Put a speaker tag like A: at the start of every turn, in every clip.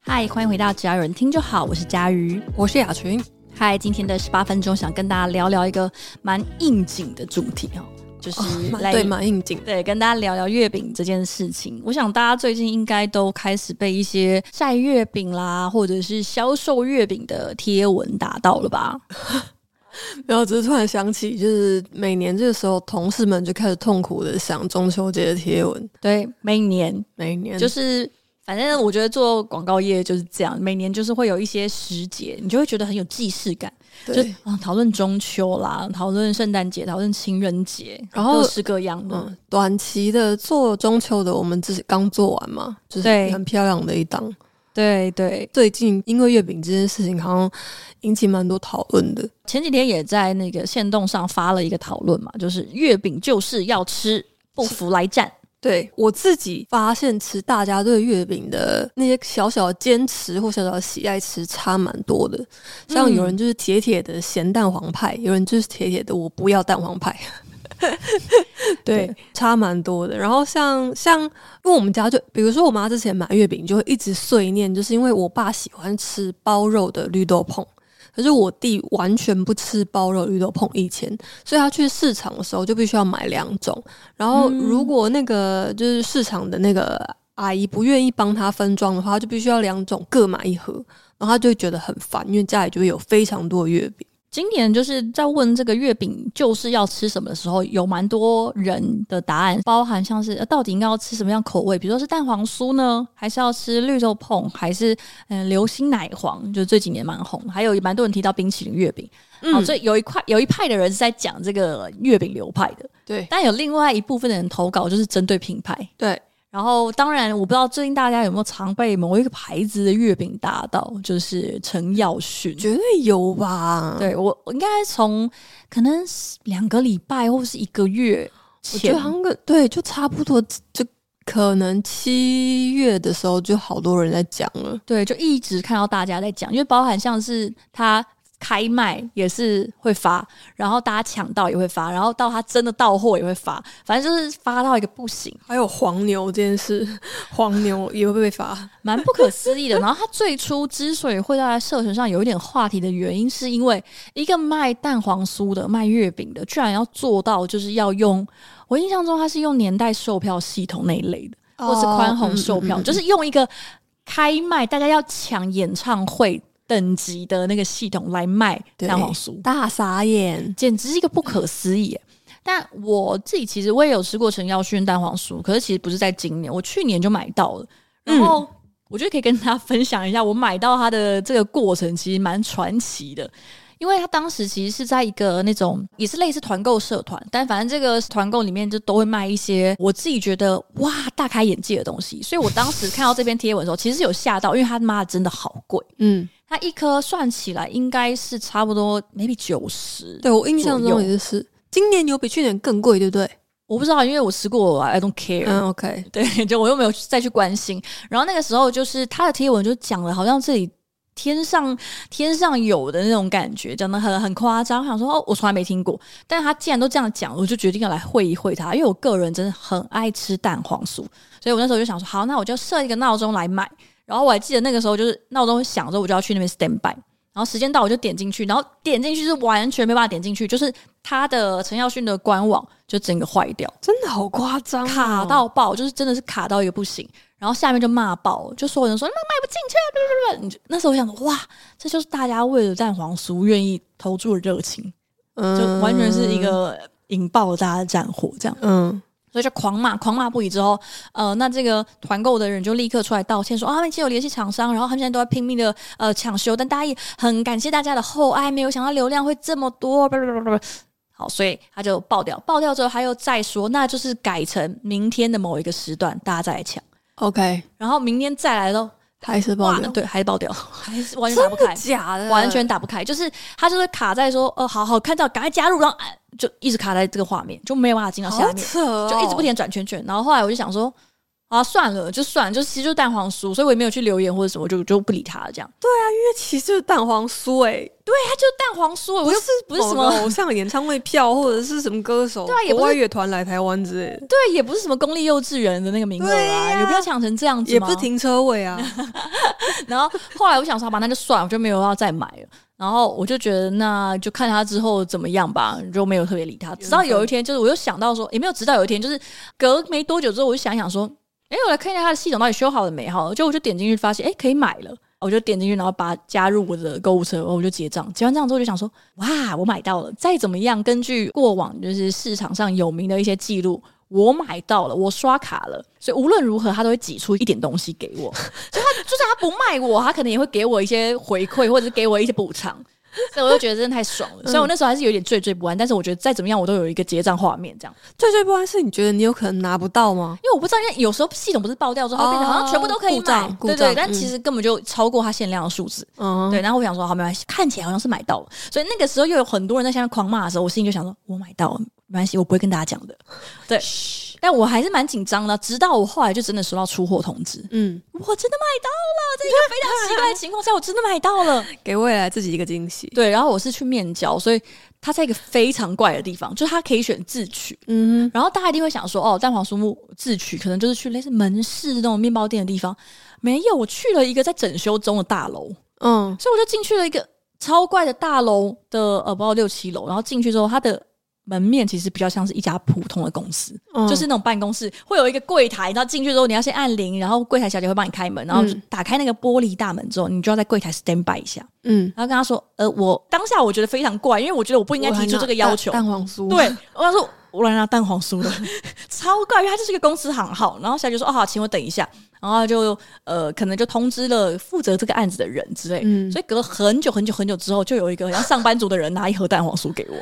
A: 嗨，欢迎回到只要有人听就好，我是佳瑜。
B: 我是雅群，
A: 嗨，今天的十八分钟想跟大家聊聊一个蛮应景的主题哦，就是来、
B: 对蛮应景的。
A: 对，跟大家聊聊月饼这件事情。我想大家最近应该都开始被一些晒月饼啦，或者是销售月饼的贴文打到了 吧？
B: 然后只是突然想起，就是每年这个时候，同事们就开始痛苦的想中秋节的贴文。
A: 对，每年
B: 每年
A: 就是是。反正我觉得做广告业就是这样，每年就是会有一些时节，你就会觉得很有既视感。就
B: 对，嗯
A: 啊，讨论中秋啦，讨论圣诞节，讨论情人节，
B: 然后
A: 各式各样的。
B: 嗯，短期的做中秋的，我们自己刚做完嘛，就是
A: 对
B: 很漂亮的一档。
A: 对对，
B: 最近因为月饼这件事情，好像引起蛮多讨论的。
A: 前几天也在那个线动上发了一个讨论嘛，就是月饼就是要吃，不服来战。
B: 对我自己发现，其实大家对月饼的那些小小的坚持或小小的喜爱，其实差蛮多的。像有
A: 嗯
B: 人就是铁铁的咸蛋黄派，有人就是铁铁的我不要蛋黄派。对，
A: 对
B: 差蛮多的。然后像像，因为我们家就，比如说我妈之前买月饼就会一直碎念，就是因为我爸喜欢吃包肉的绿豆椪，可是我弟完全不吃包肉绿豆椪，以前，所以他去市场的时候就必须要买两种。然后如果那个就是市场的那个阿姨不愿意帮他分装的话，他就必须要两种各买一盒，然后他就会觉得很烦，因为家里就会有非常多的月饼。
A: 今年就是在问这个月饼就是要吃什么的时候，有蛮多人的答案，包含像是、呃、到底应该要吃什么样口味，比如说是蛋黄酥呢，还是要吃绿豆椪，还是嗯、呃流心奶黄，就这几年蛮红，还有蛮多人提到冰淇淋月饼。
B: 哦
A: 好、
B: 嗯
A: 所以有一块嗯有一派的人是在讲这个月饼流派的，
B: 对
A: 但有另外一部分的人投稿就是针对品牌。
B: 对，
A: 然后，当然，我不知道最近大家有没有常被某一个牌子的月饼打到，就是陈耀迅。
B: 绝对有吧？
A: 对我，我应该从可能两个礼拜或是一个月
B: 我觉
A: 前
B: 得，好像个对，就差不多就可能七月的时候就好多人在讲了。
A: 对，就一直看到大家在讲，因为包含像是他开卖也是会发，然后大家抢到也会发，然后到他真的到货也会发，反正就是发到一个不行。
B: 还有黄牛这件事， 黄牛也会被罚。
A: 蛮不可思议的。然后他最初之所以会在社群上有一点话题的原因，是因为一个卖蛋黄酥的、卖月饼的，居然要做到就是要用，我印象中他是用年代售票系统那一类的，
B: 哦
A: 或是宽
B: 嗯
A: 宏售票，就是用一个开卖大家要抢演唱会等级的那个系统来卖
B: 对
A: 蛋黄酥。
B: 大傻眼。
A: 简直是一个不可思议耶。但我自己其实我也有吃过陈耀迅蛋黄酥，可是其实不是在今年，我去年就买到了。然后我觉得可以跟大家分享一下，我买到它的这个过程其实蛮传奇的。因为他当时其实是在一个那种也是类似团购社团，但反正这个团购里面就都会卖一些我自己觉得哇大开眼界的东西，所以我当时看到这篇贴文的时候，其实有吓到，因为他妈的真的好贵，
B: 嗯，
A: 它一颗算起来应该是差不多 maybe 九十，
B: 对我印象
A: 左右
B: 中也是，今年有比去年更贵，对不对？
A: 我不知道，因为我吃过，I don't care、
B: 嗯，OK，
A: 对， 就我又没有再去关心。然后那个时候就是他的贴文就讲了，好像这里天上天上有的那种感觉，讲的很很夸张。我想说哦，我从来没听过，但是他既然都这样讲，我就决定要来会一会他，因为我个人真的很爱吃蛋黄酥，所以我那时候就想说，好，那我就设一个闹钟来买。然后我还记得那个时候就是闹钟响之后，我就要去那边 stand by。然后时间到我就点进去，然后点进去是完全没办法点进去，就是他的陈耀迅的官网就整个坏掉。
B: 真的好夸张哦、
A: 卡到爆，就是真的是卡到一个不行。然后下面就骂爆，就所有人说那卖不进去啊，不不不，你就那时候我想说，哇，这就是大家为了蛋黄酥愿意投注的热情，
B: 嗯，
A: 就完全是一个引爆大家的战火这样。
B: 嗯，
A: 所以就狂骂狂骂不已之后，呃，那这个团购的人就立刻出来道歉说啊，他们已经有联系厂商，然后他们现在都在拼命的呃抢修，但大家也很感谢大家的厚爱，没有想到流量会这么多，不不不不不。好，所以他就爆掉，爆掉之后他又再说，那就是改成明天的某一个时段大家再来抢，
B: OK，
A: 然后明天再来喽，
B: 还是爆
A: 哇
B: 料，
A: 对，还是爆掉，还是完全打
B: 真
A: 不
B: 的
A: 开，
B: 假的？
A: 完全打不开，就是他就是卡在说，呃，好好看到，赶快加入，然后呃按就一直卡在这个画面，就没有办法进到下
B: 好
A: 面。
B: 扯、哦，
A: 就一直不。停地转圈圈。然后后来我就想说，啊，算了，就算了，就其实就蛋黄酥，所以我也没有去留言或者什么，我就就不理他了这样。
B: 为其实就是蛋黄酥哎、
A: 对，他就是蛋黄酥，我又不是什
B: 某个
A: 么，
B: 偶像演唱会票或者是什么歌手、
A: 对啊也不
B: 国
A: 是
B: 外乐团来台湾之类的，
A: 对，也不是什么公立幼稚园的那个名额
B: 对
A: 啊，
B: 呀
A: 有必要抢成这样子
B: 也
A: 吗？
B: 不是停车 位啊。
A: 然后后来我想说，好吧，那就算了，我就没有要再买了。然后我就觉得，那就看他之后怎么样吧，就没有特别理他。直到有一天，就是我又想到说，也没有直到有一天，就是隔没多久之后，我就想一想说，哎，我来看一下他的系统到底修好了没？好了，就我就点进去发现，哎，可以买了。我就点进去，然后把它加入我的购物车，然后我就结账。结完账之后，就想说，哇，我买到了。再怎么样，根据过往就是市场上有名的一些记录，我买到了，我刷卡了。所以无论如何，他都会挤出一点东西给我。就算他不卖我，他可能也会给我一些回馈，或者是给我一些补 偿。所以我就觉得真的太爽了。虽然我那时候还是有点惴惴不安，但是我觉得再怎么样，我都有一个结账画面这样。
B: 惴惴不安是你觉得你有可能拿不到吗？
A: 因为我不知道，因为有时候系统不是爆掉之后，它变得好像全部都可以
B: 故
A: 买
B: 障，故
A: 对
B: 障
A: 对。但
B: 嗯
A: 其实根本就超过它限量的数字。
B: 嗯，
A: 对，然后我想说，好，没关系，看起来好像是买到了，所以那个时候又有很多人在下面狂骂的时候，我心里就想说，我买到了，没关系，我不会跟大家讲的。 对，但我还是蛮紧张的，直到我后来就真的收到出货通知，
B: 嗯，
A: 我真的买到了，在一个非常奇怪的情况下，我真的买到了。
B: 给未来自己一个惊喜。
A: 对，然后我是去面交，所以它在一个非常怪的地方，就是它可以选自取。
B: 嗯
A: 然后大家一定会想说，哦，蛋黄酥木自取可能就是去类似门市那种面包店的地方，没有，我去了一个在整修中的大楼，
B: 嗯，
A: 所以我就进去了一个超怪的大楼的，呃，不知道六七楼。然后进去之后，它的门面其实比较像是一家普通的公司，
B: 嗯
A: 就是那种办公室会有一个柜台，然后进去之后你要先按铃，然后柜台小姐会帮你开门，然后
B: 嗯
A: 打开那个玻璃大门之后，你就要在柜台 stand by 一下。
B: 嗯，
A: 然后跟他说，呃，我当下我觉得非常怪，因为我觉得我不应该提出这个要求。
B: 蛋黄酥。
A: 对， 我想说，我来拿蛋黄酥了， 超怪，因为它就是一个公司行号。然后小姐说，哦好，请我等一下。然后就呃，可能就通知了负责这个案子的人之类。
B: 嗯
A: 所以隔了很久很久很久之后，就有一个像上班族的人拿一盒蛋黄酥给我，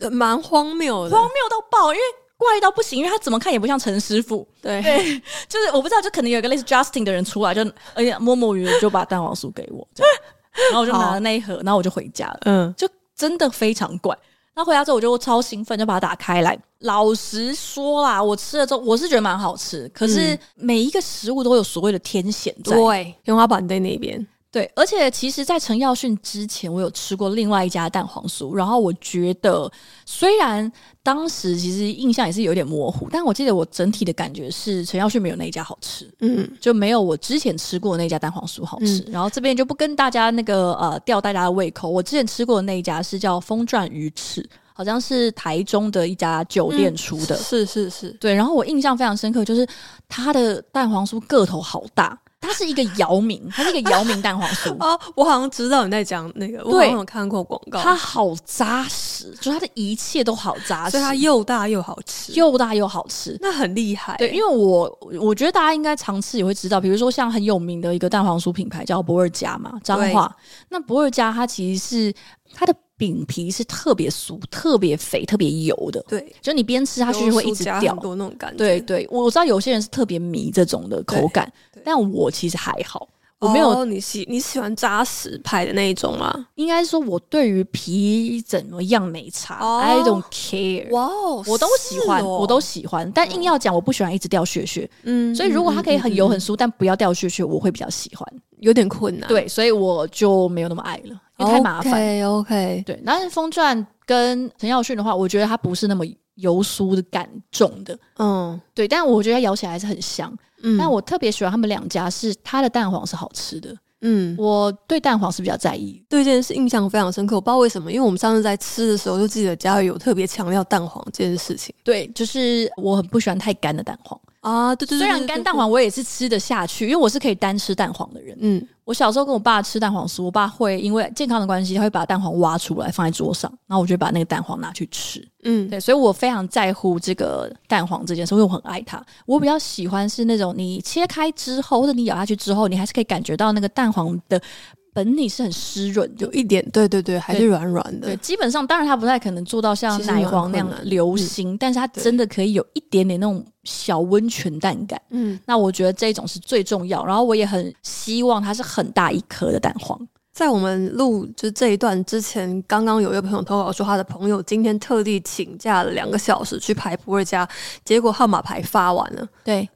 B: 呃，蛮荒谬的
A: 荒。谬到爆，因为。怪到不行，因为他怎么看也不像陈师傅，
B: 对，
A: 就是我不知道，就可能有一个类似 Justin 的人出来，就而且摸摸鱼地就把蛋黄酥给我，这样，然后我就拿了那一盒，然后我就回家了。
B: 嗯，
A: 就真的非常怪。那回家之后我就超兴奋，就把它打开来。老实说啦，我吃了之后我是觉得蛮好吃，可是每一个食物都有所谓的天险在。
B: 对，天花板在那边。
A: 对，而且其实，在陈耀迅之前，我有吃过另外一家蛋黄酥，然后我觉得虽然当时其实印象也是有点模糊，但我记得我整体的感觉是陈耀迅没有那一家好吃。
B: 嗯，
A: 就没有我之前吃过的那家蛋黄酥好吃。然后这边就不跟大家那个呃吊大家的胃口，我之前吃过的那一家是叫风转鱼翅，好像是台中的一家酒店出的。
B: 是是是，。
A: 对，然后我印象非常深刻，就是它的蛋黄酥个头好大，它是一个姚明，它是一个姚明蛋黄酥
B: 啊，我好像知道你在讲那个，我好
A: 对
B: 像有看过广告，
A: 它好扎实，就是它的一切都好扎实
B: 所以，它又大又好吃，
A: 又大又好吃。
B: 那很厉害。
A: 对，因为我我觉得大家应该常吃也会知道，比如说像很有名的一个蛋黄酥品牌叫博尔佳嘛，彰化。那博尔佳它其实是它的饼皮是特别酥、特别肥、特别油的，
B: 对，
A: 就你边吃它就是会一直
B: 油酥加
A: 掉
B: 很。多那种感觉。
A: 对，对，我知道有些人是特别迷这种的口感
B: 对对，
A: 但我其实还好，我没有
B: 哦、你喜你喜欢扎实派的那一种吗？
A: 应该说我对于皮怎么样没差、
B: 哦
A: i don't care。
B: 哇哦，
A: 我都喜欢，
B: 是哦
A: 我都喜欢，但硬要讲，我不喜欢一直掉屑屑，
B: 嗯
A: 所以如果它可以很油
B: 嗯嗯
A: 很酥，但不要掉屑屑，我会比较喜欢。
B: 嗯有点困难，
A: 对，所以我就没有那么爱了，因为太麻烦。
B: OK OK，
A: 对，但是风传跟陈耀迅的话，我觉得它不是那么油酥的感重的，
B: 嗯
A: 对，但我觉得它咬起来还是很香。
B: 嗯，
A: 但我特别喜欢他们两家是它的蛋黄是好吃的，
B: 嗯。
A: 我对蛋黄是比较在意。
B: 对这件事印象非常深刻，我不知道为什么，因为我们上次在吃的时候就记得嘉宇有特别强调蛋黄这件事情
A: 对，就是我很不喜欢太干的蛋黄，
B: 啊。对对
A: 虽然干蛋，黄我也是吃得下去，因为我是可以单吃蛋黄的人。
B: 对对嗯，
A: 我小时候跟我爸吃蛋黄酥，我爸会因为健康的关系，他会把蛋黄挖出来放在桌上，然后我就把那个蛋黄拿去吃。
B: 嗯，
A: 对，所以我非常在乎这个蛋黄这件事，因为我很爱它。我比较喜欢是那种你切开之后，或者你咬下去之后，你还是可以感觉到那个蛋黄的本体是很湿润的
B: 有。一点，对对对，还是软软
A: 对，
B: 的，
A: 基本上当然它不太可能做到像
B: 其实
A: 奶
B: 蛮
A: 黄那
B: 困
A: 样
B: 难的嗯
A: 流心，但是它真的可以有一点点那种小温泉蛋感。
B: 嗯，
A: 那我觉得这一种是最重要，然后我也很希望它是很大一颗的蛋黄。
B: 在我们录就这一段之前，刚刚有一位朋友投稿说，他的朋友今天特地请假了两个小时去排普洱家，结果号码牌发完了。
A: 对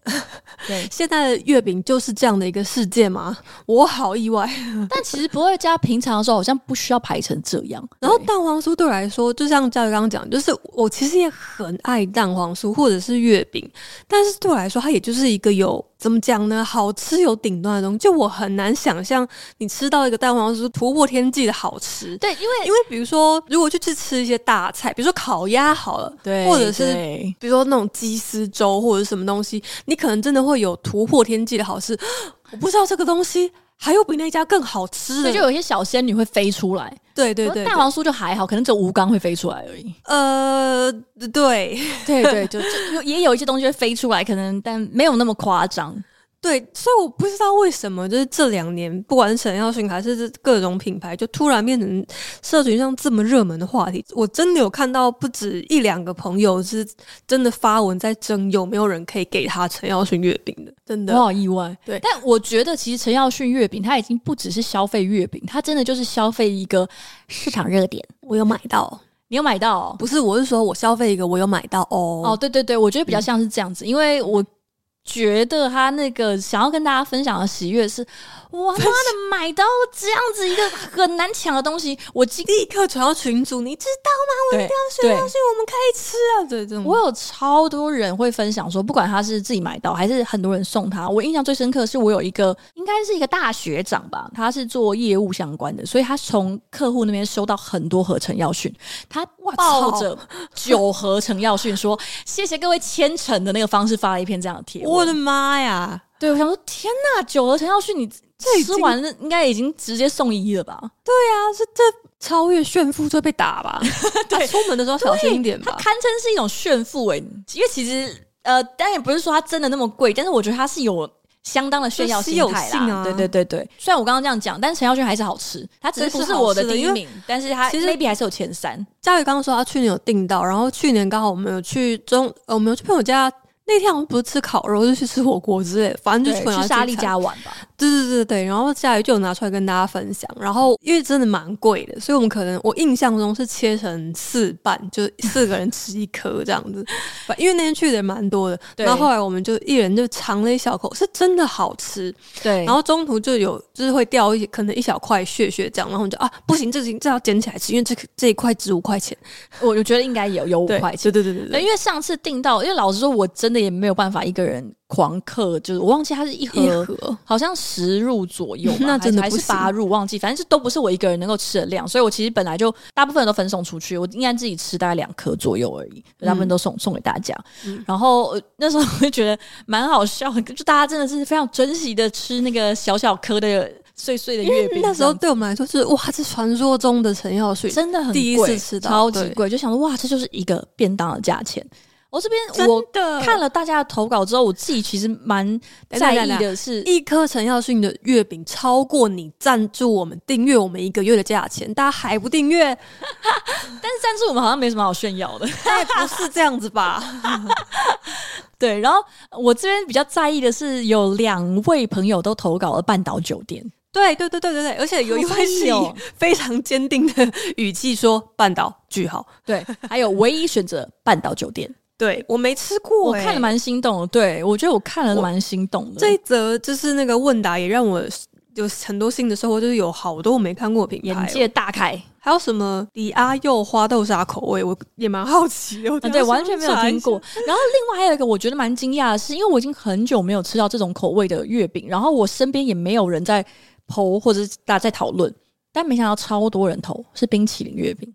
A: 对，
B: 现在的月饼就是这样的一个世界吗？我好意外。
A: 但其实不二家平常的时候好像不需要排成这样，
B: 然后
A: 对
B: 蛋黄酥对我来说，就像教育刚刚讲，就是我其实也很爱蛋黄酥或者是月饼，但是对我来说，它也就是一个有怎么讲呢，好吃有顶端的东西。就我很难想象你吃到一个蛋黄酥突破天际的好吃。
A: 对，因为
B: 因为比如说，如果去吃吃一些大菜，比如说烤鸭好了，
A: 对，
B: 或者是
A: 对
B: 比如说那种鸡丝粥或者是什么东西，你可能真的会有突破天际的好吃。 我不知道这个东西还有比那家更好吃
A: 所
B: 的，
A: 以就有一些小仙女会飞出来，
B: 对对
A: 不过
B: 对，
A: 蛋黄酥就还好，可能只有吴刚会飞出来而已。
B: 呃，对
A: 对对，就就有 也有一些东西会飞出来，可能但没有那么夸张。
B: 对，所以我不知道为什么，就是这两年，不管是陈耀迅还是各种品牌，就突然变成社群上这么热门的话题。我真的有看到不止一两个朋友是真的发文在争有没有人可以给他陈耀迅月饼的，真
A: 我
B: 的。
A: 好意外。
B: 对
A: 但我觉得其实陈耀迅月饼，它已经不只是消费月饼，它真的就是消费一个市场热点。
B: 我有买到，
A: 你有买到哦？
B: 不是，我是说我消费一个，我有买到哦。
A: 哦，对对对，我觉得比较像是这样子，因为我觉得他那个想要跟大家分享的喜悦是，哇妈的，买到这样子一个很难抢的东西，我今
B: 立刻传到群组，你知
A: 对
B: 道
A: 对
B: 陈耀迅我们可以吃啊，对这种。
A: 我有超多人会分享说，不管他是自己买到还是很多人送他，我印象最深刻是我有一个应该是一个大学长吧，他是做业务相关的，所以他从客户那边收到很多合成药讯，他抱着九合成药讯说谢谢各位千诚的那个方式发了一篇这样的贴文。
B: 我的妈呀！
A: 对，我想说天呐，九合成药讯你
B: 已
A: 吃
B: 经
A: 完了应该已经直接送医了吧？
B: 啊，这这超越炫富就会被打 吧？对，出门的时候小心一点
A: 它
B: 吧。
A: 堪称是一种炫富诶、因为其实呃，当然也不是说它真的那么贵，但是我觉得它是有相当的炫耀心态
B: 稀有
A: 啦。
B: 性啊
A: 对对对对，虽然我刚刚这样讲，但是陈耀轩还是好吃，它只是不是我的第一名，但是它
B: 其实
A: maybe 还是有前三。
B: 佳宇刚刚说他去年有订到，然后去年刚好我们有去中，呃，我们有去朋友家。那天好像不是吃烤肉，就去吃火锅之类的，反正
A: 对
B: 就去朋友
A: 去
B: 家
A: 莎
B: 聚
A: 莉
B: 餐
A: 家玩吧，
B: 对对对对，然后下雨就有拿出来跟大家分享。然后因为真的蛮贵的，所以我们可能我印象中是切成四瓣，就四个人吃一颗 这样子。反因为那天去的人蛮多的，
A: 对
B: 然后后来我们就一人就尝了一小口，是真的好吃。
A: 对
B: 然后中途就有就是会掉一可能一小块血血这样，然后我们就啊不行，这行这要捡起来吃，因为这个这一块值五块钱，
A: 我我觉得应该有有五
B: 对
A: 块钱。
B: 对对对对
A: 对，
B: 对。
A: 因为上次订到，因为老实说，我真的也没有办法一个人狂嗑，就是我忘记它是一盒
B: 一盒，
A: 好像十入左右吧
B: ，那真的
A: 还是
B: 不
A: 还是八入，忘记，反正这都不是我一个人能够吃的量，所以我其实本来就大部分都分送出去，我应该自己吃大概两颗左右而已，
B: 嗯
A: 大部分都送、送给大家。然后、呃那时候我就觉得蛮好笑，就大家真的是非常珍惜的吃那个小小颗的碎碎的月饼，
B: 那时
A: 这
B: 候
A: 样
B: 对我们来说是哇，这传说中的陈耀迅，
A: 真的很
B: 第一
A: 贵
B: 次吃到
A: 超级
B: 对
A: 贵，就想说哇，这就是一个便当的价钱。我、这边
B: 真
A: 我
B: 的
A: 看了大家的投稿之后，我自己其实蛮
B: 等
A: 在
B: 等
A: 意
B: 等
A: 的是，
B: 一颗陈耀迅的月饼超过你赞助我们订阅我们一个月的价钱，大家还不订 阅，
A: 但是赞助我们好像没什么好炫耀的。
B: 大概不是这样子吧？
A: 对，然后我这边比较在意的是，有两位朋友都投稿了半岛酒店，
B: 对对对对对对，而且有一
A: 好
B: 位是
A: 在意哦
B: 以非常坚定的语气说半岛句号，
A: 对，还有唯一选择半岛酒店，
B: 对我没吃过、
A: 我
B: 欸，
A: 看了蛮心动的。对，我觉得我看了蛮心动的，
B: 这一则就是那个问答也让我有很多新的收获，就是有好多我没看过的品牌、
A: 眼
B: 哦，
A: 界大 开。
B: 还有什么李阿佑花豆沙口味，我也蛮好奇的。我
A: 啊，
B: 等一
A: 对，
B: 下
A: 完全没有
B: 查一
A: 听
B: 下
A: 过。。然后另外还有一个我觉得蛮惊讶的是，因为我已经很久没有吃到这种口味的月饼，然后我身边也没有人在投或者是大家在讨论，但没想到超多人投是冰淇淋月饼。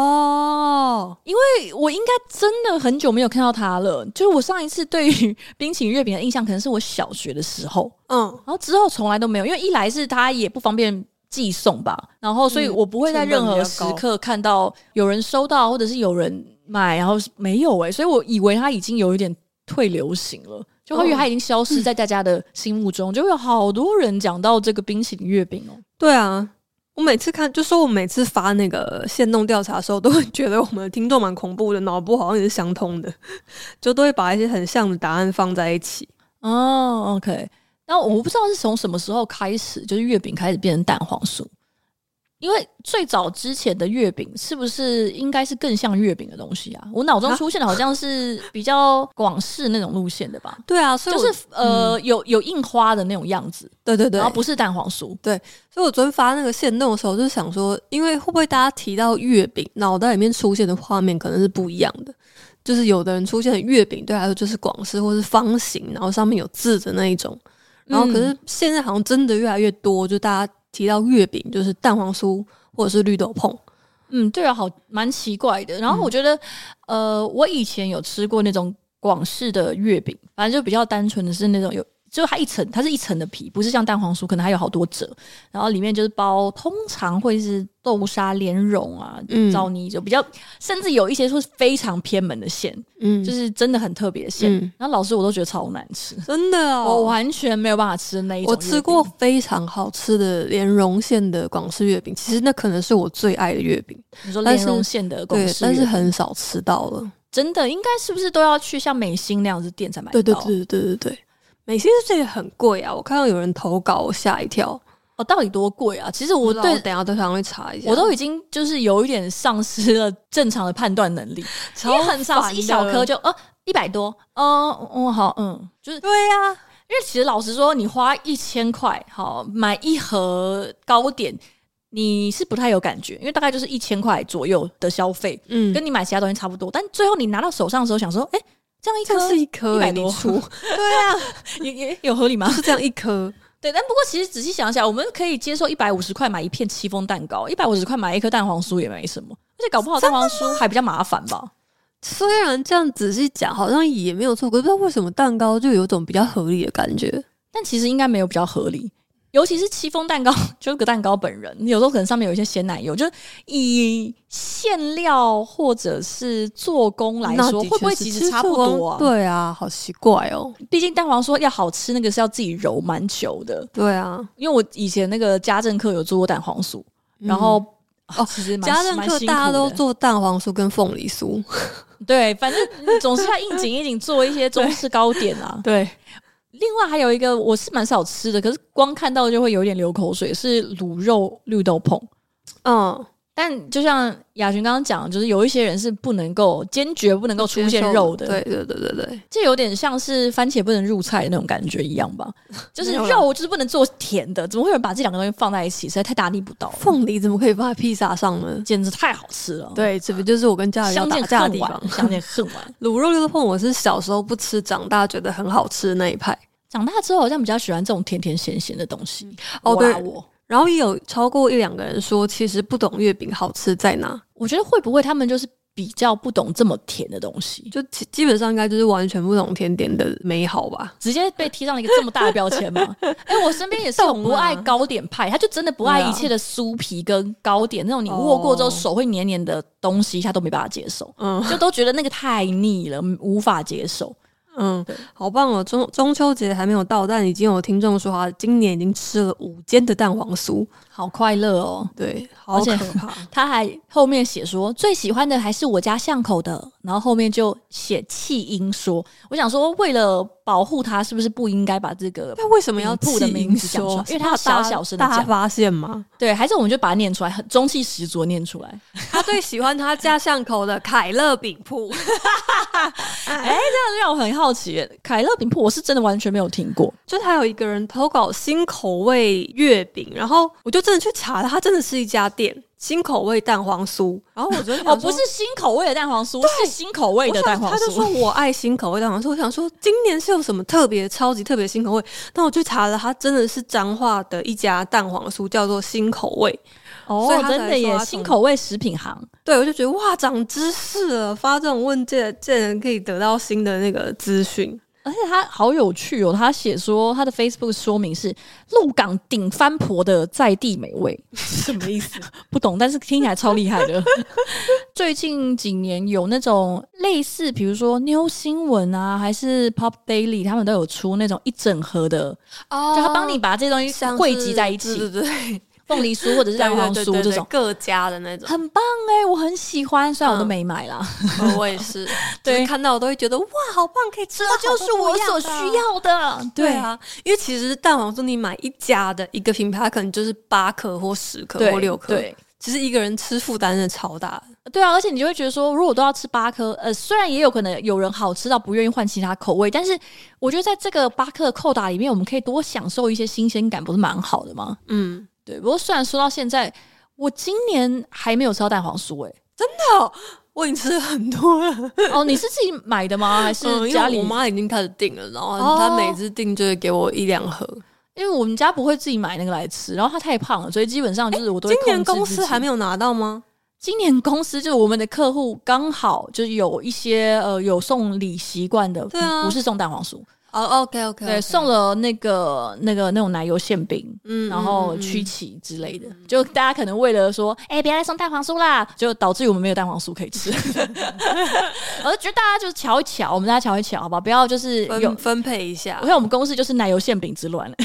B: 哦，
A: 因为我应该真的很久没有看到它了，就是我上一次对于 冰淇淋月饼的印象，可能是我小学的时候，
B: 嗯，
A: 然后之后从来都没有，因为一来是它也不方便寄送吧，然后所以
B: 嗯
A: 我不会在任何时
B: 成本比
A: 刻看到有人收到或者是有人买，然后是没有欸诶、所以我以为它已经有一点退流行了。就会以为
B: 哦
A: 它已经消失在大家的心目中，就会有好多人讲到这个冰淇淋月饼哦。
B: 对啊，我每次看，就说我每次发那个线动调查的时候，都会觉得我们的听众蛮恐怖的，脑波好像也是相通的，就都会把一些很像的答案放在一起。
A: 哦，OK，那我不知道是从什么时候开始，就是月饼开始变成蛋黄酥，因为最早之前的月饼是不是应该是更像月饼的东西啊？我脑中
B: 啊
A: 出现的好像是比较广式那种路线的吧，
B: 对啊，所以
A: 就
B: 我
A: 是呃、有有印花的那种样子，
B: 对对对
A: 然后，不是蛋黄酥，
B: 所以我昨天发那个线动的时候，就是想说，因为会不会大家提到月饼，脑袋里面出现的画面可能是不一样的。就是有的人出现的月饼，对他来说就是广式或是方形，然后上面有字的那一种。然后可
A: 嗯
B: 是现在好像真的越来越多，就大家提到月饼，就是蛋黄酥或者是绿豆椪。
A: 嗯，对啊，好蛮奇怪的。然后我觉得、
B: 嗯
A: 呃，我以前有吃过那种广式的月饼，反正就比较单纯的是那种有。就它一层，它是一层的皮，不是像蛋黄酥，可能还有好多褶，然后里面就是包，通常会是豆沙、莲蓉啊、
B: 嗯
A: 枣泥，就比较，甚至有一些说是非常偏门的馅，
B: 嗯，
A: 就是是真的很特别的馅。
B: 嗯，
A: 然后老师我都觉得超难吃，
B: 真的
A: 我
B: 哦。
A: 完全没有办法吃那一种。
B: 我吃过，非常好吃的莲蓉馅的广式月饼，其实那可能是我最爱的月饼，
A: 你说
B: 但
A: 莲
B: 是
A: 蓉馅的广
B: 对，
A: 式月
B: 但
A: 饼，
B: 是很少吃到了。
A: 真的应该是不是都要去像美心那样子店才买
B: 对
A: 得
B: 对
A: 到？啊
B: 对对对对对，美心这个很贵啊！我看到有人投稿，我吓一跳。
A: 哦，到底多贵啊？其实我
B: 不知道
A: 对
B: 我等一下都想会查一下。
A: 我都已经就是有一点丧失了正常的判断能力，因为很少
B: 烦
A: 是一小
B: 的
A: 颗就呃一百多，嗯、呃、嗯好嗯，就是因
B: 对啊呀、
A: 为其实老实说，你花一千块好买一盒糕点，你是不太有感觉，因为大概就是一千块左右的消费，
B: 嗯，
A: 跟你买其他东西差不多。但最后你拿到手上的时候，想说，哎、这样一
B: 这
A: 颗
B: 是一颗、欸，
A: 100多
B: 你 出对呀、
A: 也也有合理吗
B: 啊，？是这样一颗，
A: 对，但不过其实仔细想想，我们可以接受一百五十块买一片戚风蛋糕，一百五十块买一颗蛋黄酥也没什么，而且搞不好蛋黄酥还比较麻烦吧。
B: 虽然这样仔细讲好像也没有错，可是不知道为什么蛋糕就有种比较合理的感觉。
A: 但其实应该没有比较合理，尤其是戚风蛋糕， 就是个蛋糕本人，有时候可能上面有一些鲜奶油，就是以馅料或者是做工来
B: 那
A: 说，
B: 的
A: 会不会
B: 确
A: 其
B: 是
A: 实差不多
B: 其实
A: 啊？
B: 对啊，好奇怪哦。
A: 毕竟蛋黄酥要好吃，那个是要自己揉蛮久的。
B: 对啊，
A: 因为我以前那个家政课有做过蛋黄酥，
B: 嗯
A: 然后。
B: 哦
A: 其实蛮
B: 家政
A: 蛮
B: 课
A: 辛苦
B: 大家都
A: 的
B: 做蛋黄酥跟凤梨酥。
A: 对，反正嗯总是要应景应景做一些中式糕点啊。
B: 对，
A: 另外还有一个我是蛮少吃的，可是光看到就会有点流口水，是卤肉绿豆椪。
B: 嗯，
A: 但就像雅群刚刚讲，就是有一些人是不能够坚决不能够出现肉的，
B: 对，对对对对，
A: 这有点像是番茄不能入菜的那种感觉一样 吧。就是
B: 没有啦
A: 肉就是不能做甜的，怎么会有人把这两个东西放在一起？实在太大逆不道了，
B: 凤梨怎么可以放在披萨上呢？
A: 简直太好吃了。，
B: 对，这不就是我跟家人
A: 哦
B: 要
A: 相
B: 打
A: 见
B: 架的
A: 恨
B: 地方
A: 晚，。相见恨晚。
B: 卤肉溜的碰，我是小时候不吃，长大觉得很好吃的那一派。
A: 长大之后好像比较喜欢这种甜甜咸咸的东西。
B: 哦
A: 我啦
B: 对
A: 我
B: 然后也有超过一两个人说，其实不懂月饼好吃在哪，
A: 我觉得会不会他们就是比较不懂这么甜的东西，
B: 就其基本上应该就是完全不懂甜点的美好吧。
A: 直接被贴上了一个这么大的标签吗？哎、我身边也是有
B: 懂啊
A: 不爱糕点派，他就真的不爱
B: 对啊
A: 一切的酥皮跟糕点那种你握过之后
B: 哦
A: 手会黏黏的东西，他都没办法接受，
B: 嗯
A: 就都觉得那个太腻了，无法接受。
B: 嗯，好棒哦！中中秋节还没有到，但已经有听众说他今年已经吃了五间的蛋黄酥，
A: 好快乐哦！
B: 对，
A: 而
B: 好
A: 且
B: 可怕。
A: 他还后面写说最喜欢的还是我家巷口的，然后后面就写弃婴说，我想说为了保护他，是不是不应该把这个
B: 那为什么要
A: 名铺的
B: 弃
A: 名
B: 婴
A: 字讲出
B: 说
A: 来因为他要
B: 是
A: 小
B: 怕
A: 小声地
B: 大家
A: 讲
B: 发现吗？
A: 对，还是我们就把它念出来，很中气十足地念出来。
B: 他最喜欢他家巷口的凯乐饼铺。
A: 那让我很好奇耶，凯乐饼铺我是真的完全没有听过，
B: 就是还有一个人投稿新口味月饼，然后我就真的去查了，它真的是一家店，新口味蛋黄酥。然后我昨天
A: 哦，
B: 想
A: 不
B: 说
A: 是新口味的蛋黄酥，是新口味
B: 我
A: 的
B: 想
A: 蛋黄
B: 他就说
A: 酥。
B: 我爱新口味蛋黄酥。我想说今年是有什么特别、超级特别新口味？但我去查了，它真的是彰化的一家蛋黄酥，叫做新口味。
A: 哦
B: 所以他才
A: 真的
B: 说
A: 耶，
B: 他从
A: 新口味食品行。
B: 对，我就觉得哇，长知识了！发这种问卷，这人可以得到新的那个资讯。
A: 而且他好有趣哦，他写说他的 Facebook 说明是鹿港顶番婆的在地美味，什么意思？不懂，但是听起来超厉害的。 最近几年有那种类似，比如说妞新闻啊，还是 Pop Daily，他们都有出那种一整盒的
B: 哦
A: 就他帮你把这些东西
B: 像
A: 汇集
B: 是
A: 在一起。
B: 对对对，
A: 凤梨酥或者是蛋黄酥这种，
B: 各家的那种，
A: 很棒哎、我很喜欢，虽然我都
B: 嗯
A: 没买啦，
B: 呃我也是，
A: 对
B: 就是看到我都会觉得哇，好棒，可以吃
A: 这
B: 到好多
A: 就是我
B: 不一样
A: 所
B: 的啊
A: 需。要 的。
B: 对，啊，因为其实蛋黄酥你买一家的一个品牌，它可能就是八颗或十颗
A: 对
B: 或啊六颗，
A: 对。
B: 其实一个人吃负担真的超大的。
A: 对啊，而且你就会觉得说，如果都要吃八颗，呃，虽然也有可能有人好吃到不愿意换其他口味，但是我觉得在这个八颗的扣打里面，我们可以多享受一些新鲜感，不是蛮好的吗？
B: 嗯，
A: 对，不过虽然说到现在，我今年还没有吃到蛋黄酥、欸，
B: 我已经吃了很多了，
A: 哦，你是自己买的吗？还
B: 嗯
A: 是
B: 因
A: 家
B: 为
A: 里？
B: 我妈已经开始订了，然
A: 哦
B: 后她每次订就会给我一两盒。
A: 因为我们家不会自己买那个来吃，然后她太胖了，所以基本上就是我都会
B: 哎今年
A: 控制
B: 公
A: 自
B: 司
A: 己
B: 还没有拿到吗？
A: 今年公司就是我们的客户刚好就是有一些呃有送礼习惯的，
B: 对啊
A: 不是送蛋黄酥，
B: 哦，OK，OK，OK、o k OK，
A: 对，送了那个那个那种奶油馅饼。
B: 嗯
A: 然后曲奇之类的，就大家可能为了说，哎、不要再送蛋黄酥啦，就导致于我们没有蛋黄酥可以 吃。我就觉得大家就是瞧一瞧，我们大家瞧一瞧，好吧，不要就是有
B: 分分配一下
A: 我。看我们公司就是奶油馅饼 之乱了，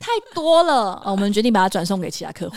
A: 太多了、呃我们决定把它转送给其他客户。